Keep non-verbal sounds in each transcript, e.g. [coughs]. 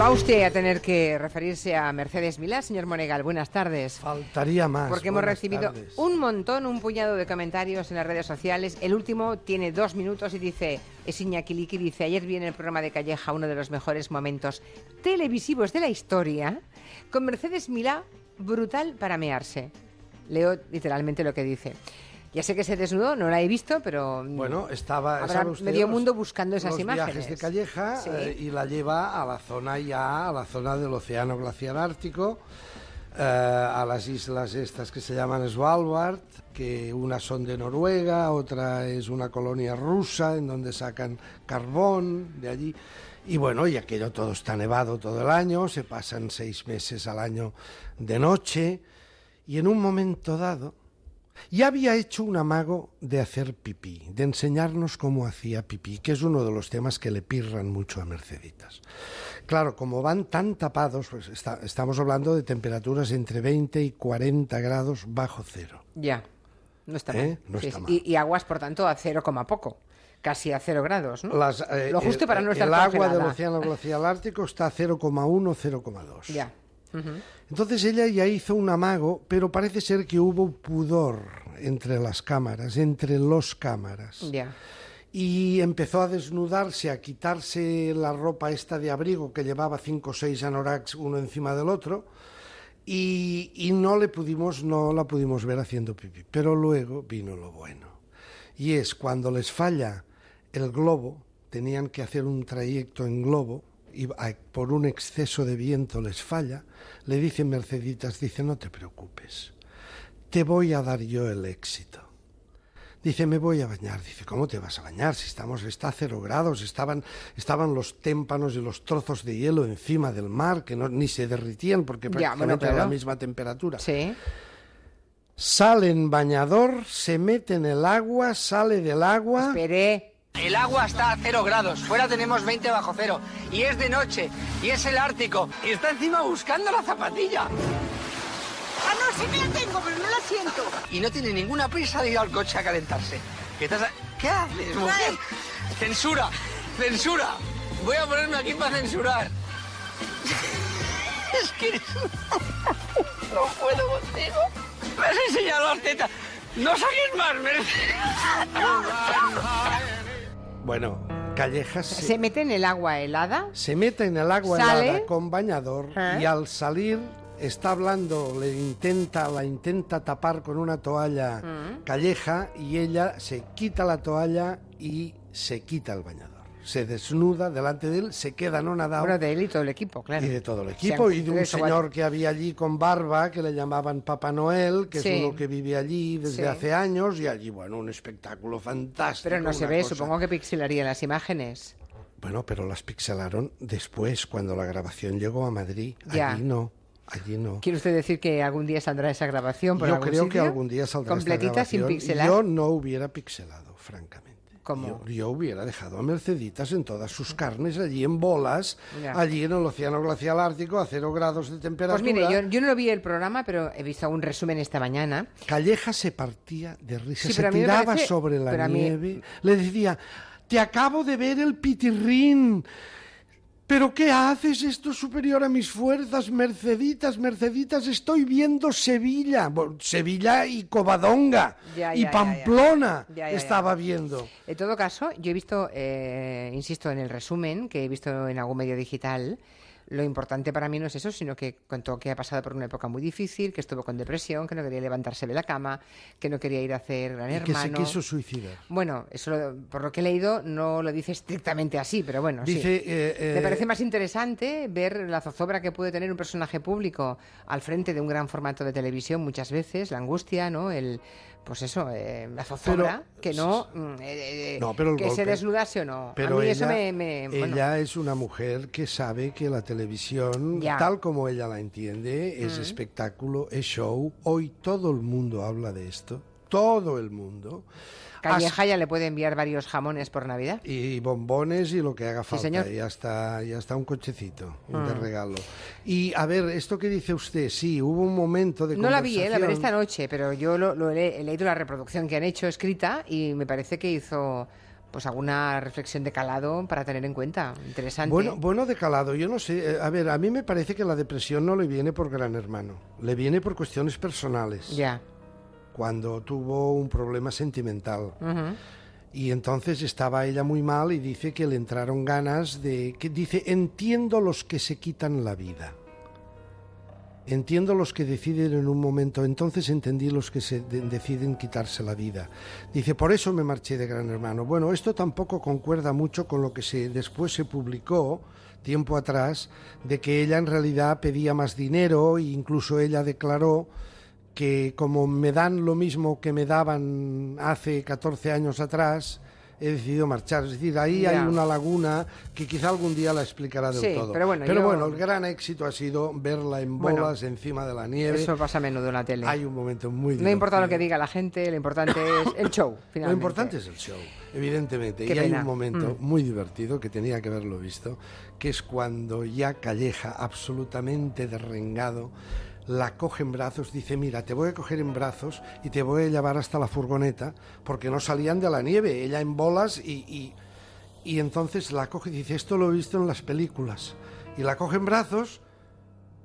Va usted a tener que referirse a Mercedes Milá, señor Monegal. Buenas tardes. Faltaría más. Porque hemos Buenas recibido tardes. un montón, un puñado de comentarios en las redes sociales. El último tiene dos minutos y dice, es Iñaki Liki, dice, ayer vi en el programa de Calleja uno de los mejores momentos televisivos de la historia, con Mercedes Milá, brutal para mearse. Leo literalmente lo que dice. Ya sé que se desnudó, no la he visto, pero... mm, Bueno, estaba Habrá sabe usted medio los- mundo buscando esas los imágenes. viajes de Calleja Sí. eh, y la lleva a la zona ya, a la zona del Océano Glaciar Ártico, eh, a las islas estas que se llaman Svalbard, que unas son de Noruega, otra es una colonia rusa en donde sacan carbón de allí. Y bueno, y aquello todo está nevado todo el año, se pasan seis meses al año de noche, y en un momento dado, ya había hecho un amago de hacer pipí, de enseñarnos cómo hacía pipí, que es uno de los temas que le pirran mucho a Merceditas. Claro, como van tan tapados, pues está- estamos hablando de temperaturas entre 20 y 40 grados bajo cero. Ya, no está mal. ¿Eh? No está mal. Y, y aguas, por tanto, a cero coma poco, casi a cero grados, ¿no? Las, eh, lo justo el- para no estar El agua congelada. del océano glacial ártico está a 0,1, 0,2. Ya. Entonces ella ya hizo un amago, pero parece ser que hubo pudor entre las cámaras, entre los cámaras. Ya, y empezó a desnudarse, a quitarse la ropa esta de abrigo que llevaba cinco o seis anoraks uno encima del otro y, y no le pudimos, no la pudimos ver haciendo pipí. Pero luego vino lo bueno y es cuando les falla el globo, tenían que hacer un trayecto en globo y a- por un exceso de viento les falla, le dicen Merceditas, dice no te preocupes, te voy a dar yo el éxito. Dice, me voy a bañar. Dice, ¿cómo te vas a bañar? Si estamos, está a cero grados, estaban, estaban los témpanos y los trozos de hielo encima del mar, que no, ni se derritían porque Ya, prácticamente bueno, era claro. la misma temperatura. sí. Salen bañador, se mete en el agua, sale del agua. Esperé. El agua está a cero grados, fuera tenemos 20 bajo cero, y es de noche, y es el Ártico, y está encima buscando la zapatilla, Ah, no, sí que la tengo, pero no la siento. y no tiene ninguna prisa de ir al coche a calentarse. ¿Qué, estás a- ¿Qué haces, mujer? Censura, censura, voy a ponerme aquí para censurar. [laughs] es que eres- no puedo contigo, me has enseñado las tetas, no saques más, Mercedes. Bueno, Callejas se, Se mete en el agua helada. se mete en el agua Sale. helada con bañador Ah. y al salir está hablando, le intenta, la intenta tapar con una toalla Mm. Calleja y ella se quita la toalla y se quita el bañador. Se desnuda delante de él, se queda no Ahora nada de él y todo el equipo, claro. Ah. y de todo el Se equipo han- y de un tres o cuatro- señor que había allí con barba que le llamaban Papá Noel, que Sí. es uno que vive allí desde Sí. hace años y allí bueno, un espectáculo fantástico. Pero no se una ve, cosa- supongo que pixelaría las imágenes. bueno, pero las pixelaron después, cuando la grabación llegó a Madrid. Ya. Allí no, allí no. ¿Quiere usted decir que algún día saldrá esa grabación? Por Yo algún creo que sitio? algún día saldrá esta Completita, sin grabación. pixelar. Yo no hubiera pixelado, francamente. ¿Cómo? Yo, yo hubiera dejado a Merceditas en todas sus carnes, allí en bolas, Ya. allí en el océano glacial ártico, a cero grados de temperatura. Pues mire, yo, yo no vi el programa, pero he visto un resumen esta mañana. Calleja se partía de risa, Sí, se pero a mí me tiraba parece- sobre pero la a mí- nieve, le decía, te acabo de ver el pitirrín, pero ¿qué haces? Esto es superior a mis fuerzas, Merceditas, Merceditas, estoy viendo Sevilla, Bueno, Sevilla y Covadonga, Ya, y ya, ya, ya. Pamplona Ya, ya, ya. estaba viendo. En todo caso, yo he visto, eh, insisto, en el resumen que he visto en algún medio digital, lo importante para mí no es eso, sino que contó que ha pasado por una época muy difícil, que estuvo con depresión, que no quería levantarse de la cama, que no quería ir a hacer gran Y que se hermano. quiso suicidar. Bueno, eso lo- por lo que he leído no lo dice estrictamente así, pero bueno, Ah, sí. Dice, eh, eh, Me parece más interesante ver la zozobra que puede tener un personaje público al frente de un gran formato de televisión muchas veces, la angustia, ¿no? El, pues eso, eh, la zozobra, Pero- que no, mm, eh, eh, No, pero el que se golpe. desnudase o no. Pero a mí ella, eso me... me- bueno, ella es una mujer que sabe que la televisión, Ya. Mm. tal como ella la entiende, es espectáculo, es show. Hoy todo el mundo habla de esto, todo el mundo. Calleja ya le puede enviar varios jamones por Navidad. As- y bombones y lo que haga falta. señor. Mm. Y hasta, y hasta un cochecito de regalo. Y a ver, esto que dice usted, sí, hubo un momento de No la vi, eh, la veré conversación- esta noche, pero yo lo, lo he, he leído la reproducción que han hecho escrita y me parece que hizo pues alguna reflexión de calado para tener en cuenta. Interesante. Bueno, bueno de calado, yo no sé. eh, A ver, a mí me parece que la depresión no le viene por gran hermano, le viene por cuestiones personales. Ya. Cuando tuvo un problema sentimental. Ujú. Y entonces estaba ella muy mal y dice que le entraron ganas de... que dice, entiendo los que se quitan la vida. Entiendo los que deciden en un momento, entonces entendí los que se de- deciden quitarse la vida. Dice, por eso me marché de Gran Hermano. Bueno, esto tampoco concuerda mucho con lo que se, después se publicó tiempo atrás, de que ella en realidad pedía más dinero e incluso ella declaró que como me dan lo mismo que me daban hace 14 años atrás, he decidido marchar. Es decir, ahí Ya. hay una laguna que quizá algún día la explicará del Sí, todo. pero bueno, yo- el gran éxito ha sido verla en Bueno, bolas encima de la nieve. Eso pasa a menudo en la tele. Hay un momento muy No importa lo que divertido. diga la gente, lo importante es [coughs] el show, finalmente. Lo importante es el show, evidentemente. Qué y hay pena. Mm. un momento muy divertido que tenía que haberlo visto, que es cuando ya Calleja, absolutamente derrengado, la coge en brazos, dice, mira, te voy a coger en brazos y te voy a llevar hasta la furgoneta, porque no salían de la nieve, ella en bolas y... y y entonces la coge y dice, esto lo he visto en las películas. Y la coge en brazos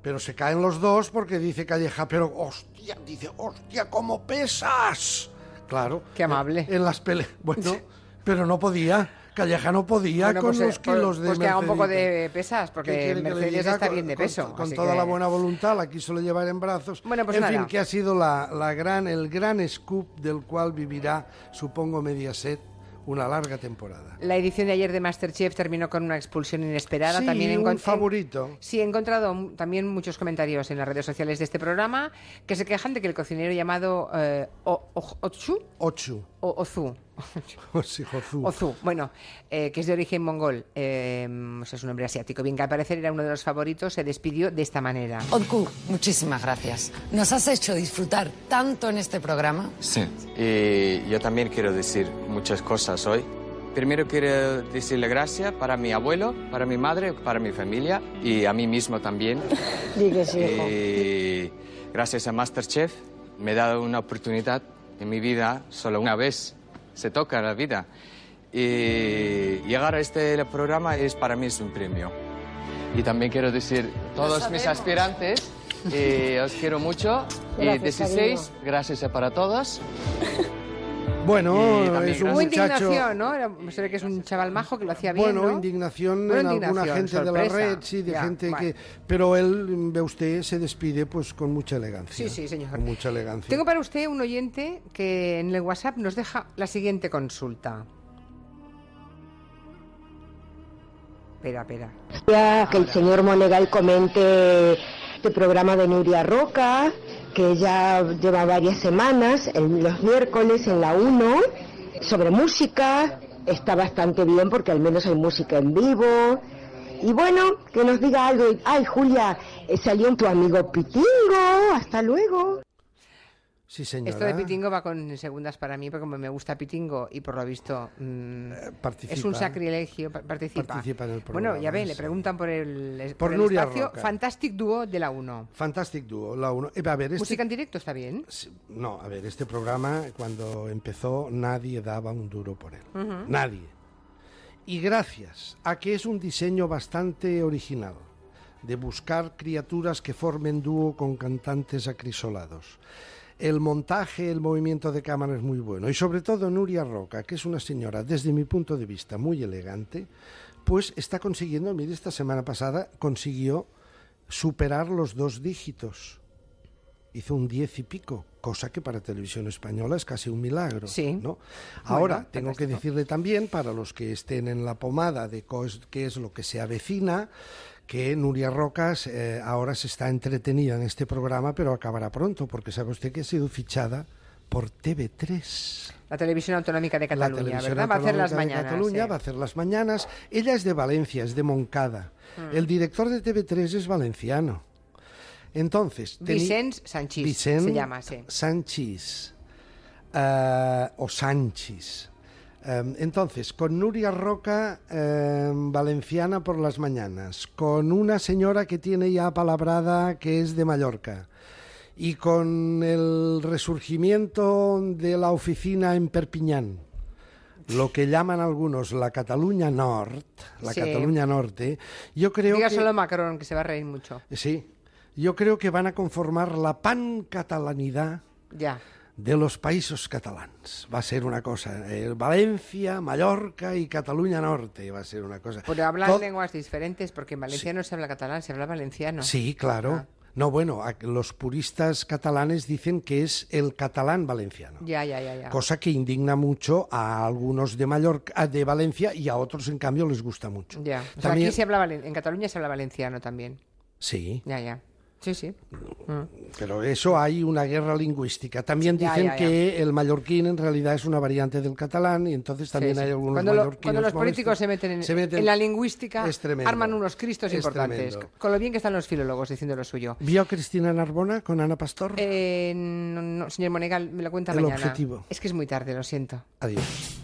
pero se caen los dos porque dice Calleja, pero hostia, dice, hostia, ¿cómo pesas? Claro. Qué amable. En, en [laughs] las peleas. Bueno, pero no podía. Calleja no podía Bueno, con pues, los eh, kilos de pues que haga un poco Mercedita. de pesas, porque ¿Qué quiere que le Mercedes diga? está Con- bien de con- peso, Con, así toda que- la buena voluntad la quiso llevar en brazos. Bueno, pues en nada. fin, que ha sido la, la gran, el gran scoop del cual vivirá, supongo, Mediaset una larga temporada. La edición de ayer de Masterchef terminó con una expulsión inesperada. Sí, también un encon- favorito. Sí, he encontrado mm, también muchos comentarios en las redes sociales de este programa que se quejan de que el cocinero llamado eh, O- O- Otsu [laughs] Ochu. o Ozu. Sí, Ozu. Ozu, bueno, eh, que es de origen mongol, eh, o sea, es un hombre asiático. Bien, que al parecer era uno de los favoritos, se despidió de esta manera. Otku, muchísimas gracias. Nos has hecho disfrutar tanto en este programa. Sí. Y yo también quiero decir muchas cosas hoy. Primero quiero decirle gracias para mi abuelo, para mi madre, para mi familia y a mí mismo también. Y gracias a Masterchef me he dado una oportunidad en mi vida, solo una vez se toca la vida. Y llegar a este programa es para mí es un premio. Y también quiero decir todos mis aspirantes, eh, os quiero mucho. y 16, gracias para todos. Y Bueno, eh, también es un gracias. Hubo muchacho... indignación, ¿no? Era- se ve que es un chaval majo que lo hacía bien, Bueno, ¿no? indignación Bueno, en alguna indignación, gente de sorpresa. la red, sí, de Ya, gente bueno. que... Pero él, ve usted, se despide pues con mucha elegancia. Sí, sí, señor. Con mucha elegancia. Tengo para usted un oyente que en el WhatsApp nos deja la siguiente consulta. Espera, espera. gustaría que el señor Monegal comente este programa de Nuria Roca, que ya lleva varias semanas, el- los miércoles en la 1, sobre música. Está bastante bien porque al menos hay música en vivo. Y bueno, que nos diga algo. Ay, Julia, eh, salió tu amigo Pitingo. Hasta luego. Sí, señora. Esto de Pitingo va con segundas para mí, porque como me gusta Pitingo y por lo visto mm, Eh, participa. es un sacrilegio, pa- participa. Participa en el bueno, ya programa, ve, le sí. preguntan por el, es- Por el Nuria espacio Roca. Fantastic Duo de la 1. Fantastic Duo, la uno. Eh, a ver, este... Música en directo está bien. Sí, No, a ver, este programa cuando empezó nadie daba un duro por él. Nadie. Y gracias a que es un diseño bastante original, de buscar criaturas que formen dúo con cantantes acrisolados. El montaje, el movimiento de cámara es muy bueno. Y sobre todo Nuria Roca, que es una señora, desde mi punto de vista, muy elegante, pues está consiguiendo, mire, esta semana pasada consiguió superar los dos dígitos hizo un 10 y pico, cosa que para televisión española es casi un milagro. Sí. ¿no? Ahora, Bueno, tengo que fantástico. decirle también, para los que estén en la pomada de co- qué es lo que se avecina, que Nuria Rocas eh, ahora se está entretenida en este programa, pero acabará pronto, porque sabe usted que ha sido fichada por TV3. La televisión autonómica de Cataluña, La televisión ¿verdad? Va a hacer las autonómica de mañanas. Cataluña sí. va a hacer las mañanas. Ella es de Valencia, es de Moncada. Mm. El director de TV3 es valenciano. Entonces, teni- Vicenç Sanchís, Vicent se llama, sí. Sanchís. eh, o Sánchez. Eh, entonces, con Nuria Roca, eh, valenciana por las mañanas, con una señora que tiene ya palabrada que es de Mallorca, y con el resurgimiento de la oficina en Perpiñán. lo que llaman algunos la Cataluña Norte, la Sí. Cataluña Norte, yo creo que... Dígaselo a Macron, que se va a reír mucho. Sí, yo creo que van a conformar la pancatalanidad Ya. de los países catalans. Va a ser una cosa. eh, Valencia, Mallorca y Cataluña Norte va a ser una cosa. Pero hablan Tod- lenguas diferentes, porque en Valencia no se habla catalán, se habla valenciano. Sí, Ah. claro. No, bueno, a- los puristas catalanes dicen que es el catalán valenciano. Ya, ya, ya, ya. Cosa que indigna mucho a algunos de Mallorca, a- de Valencia y a otros, en cambio, les gusta mucho. Ya. O sea, También- aquí se habla valen- en Cataluña se habla valenciano también. Sí, Ya, ya. Sí, sí. pero eso hay una guerra lingüística. También Ya, dicen ya, ya. que el mallorquín en realidad es una variante del catalán y entonces también Sí, sí. hay algunos cuando, lo- mallorquinos cuando los políticos molestos. se meten, en, Se en la lingüística, Es tremendo. arman unos cristos Es importantes. tremendo. Mm. Con lo bien que están los filólogos diciendo lo suyo. ¿Vio a Cristina Narbona con Ana Pastor? Eh, no, no, señor Monegal, me lo cuenta El mañana. objetivo. Es que es muy tarde, lo siento. Adiós.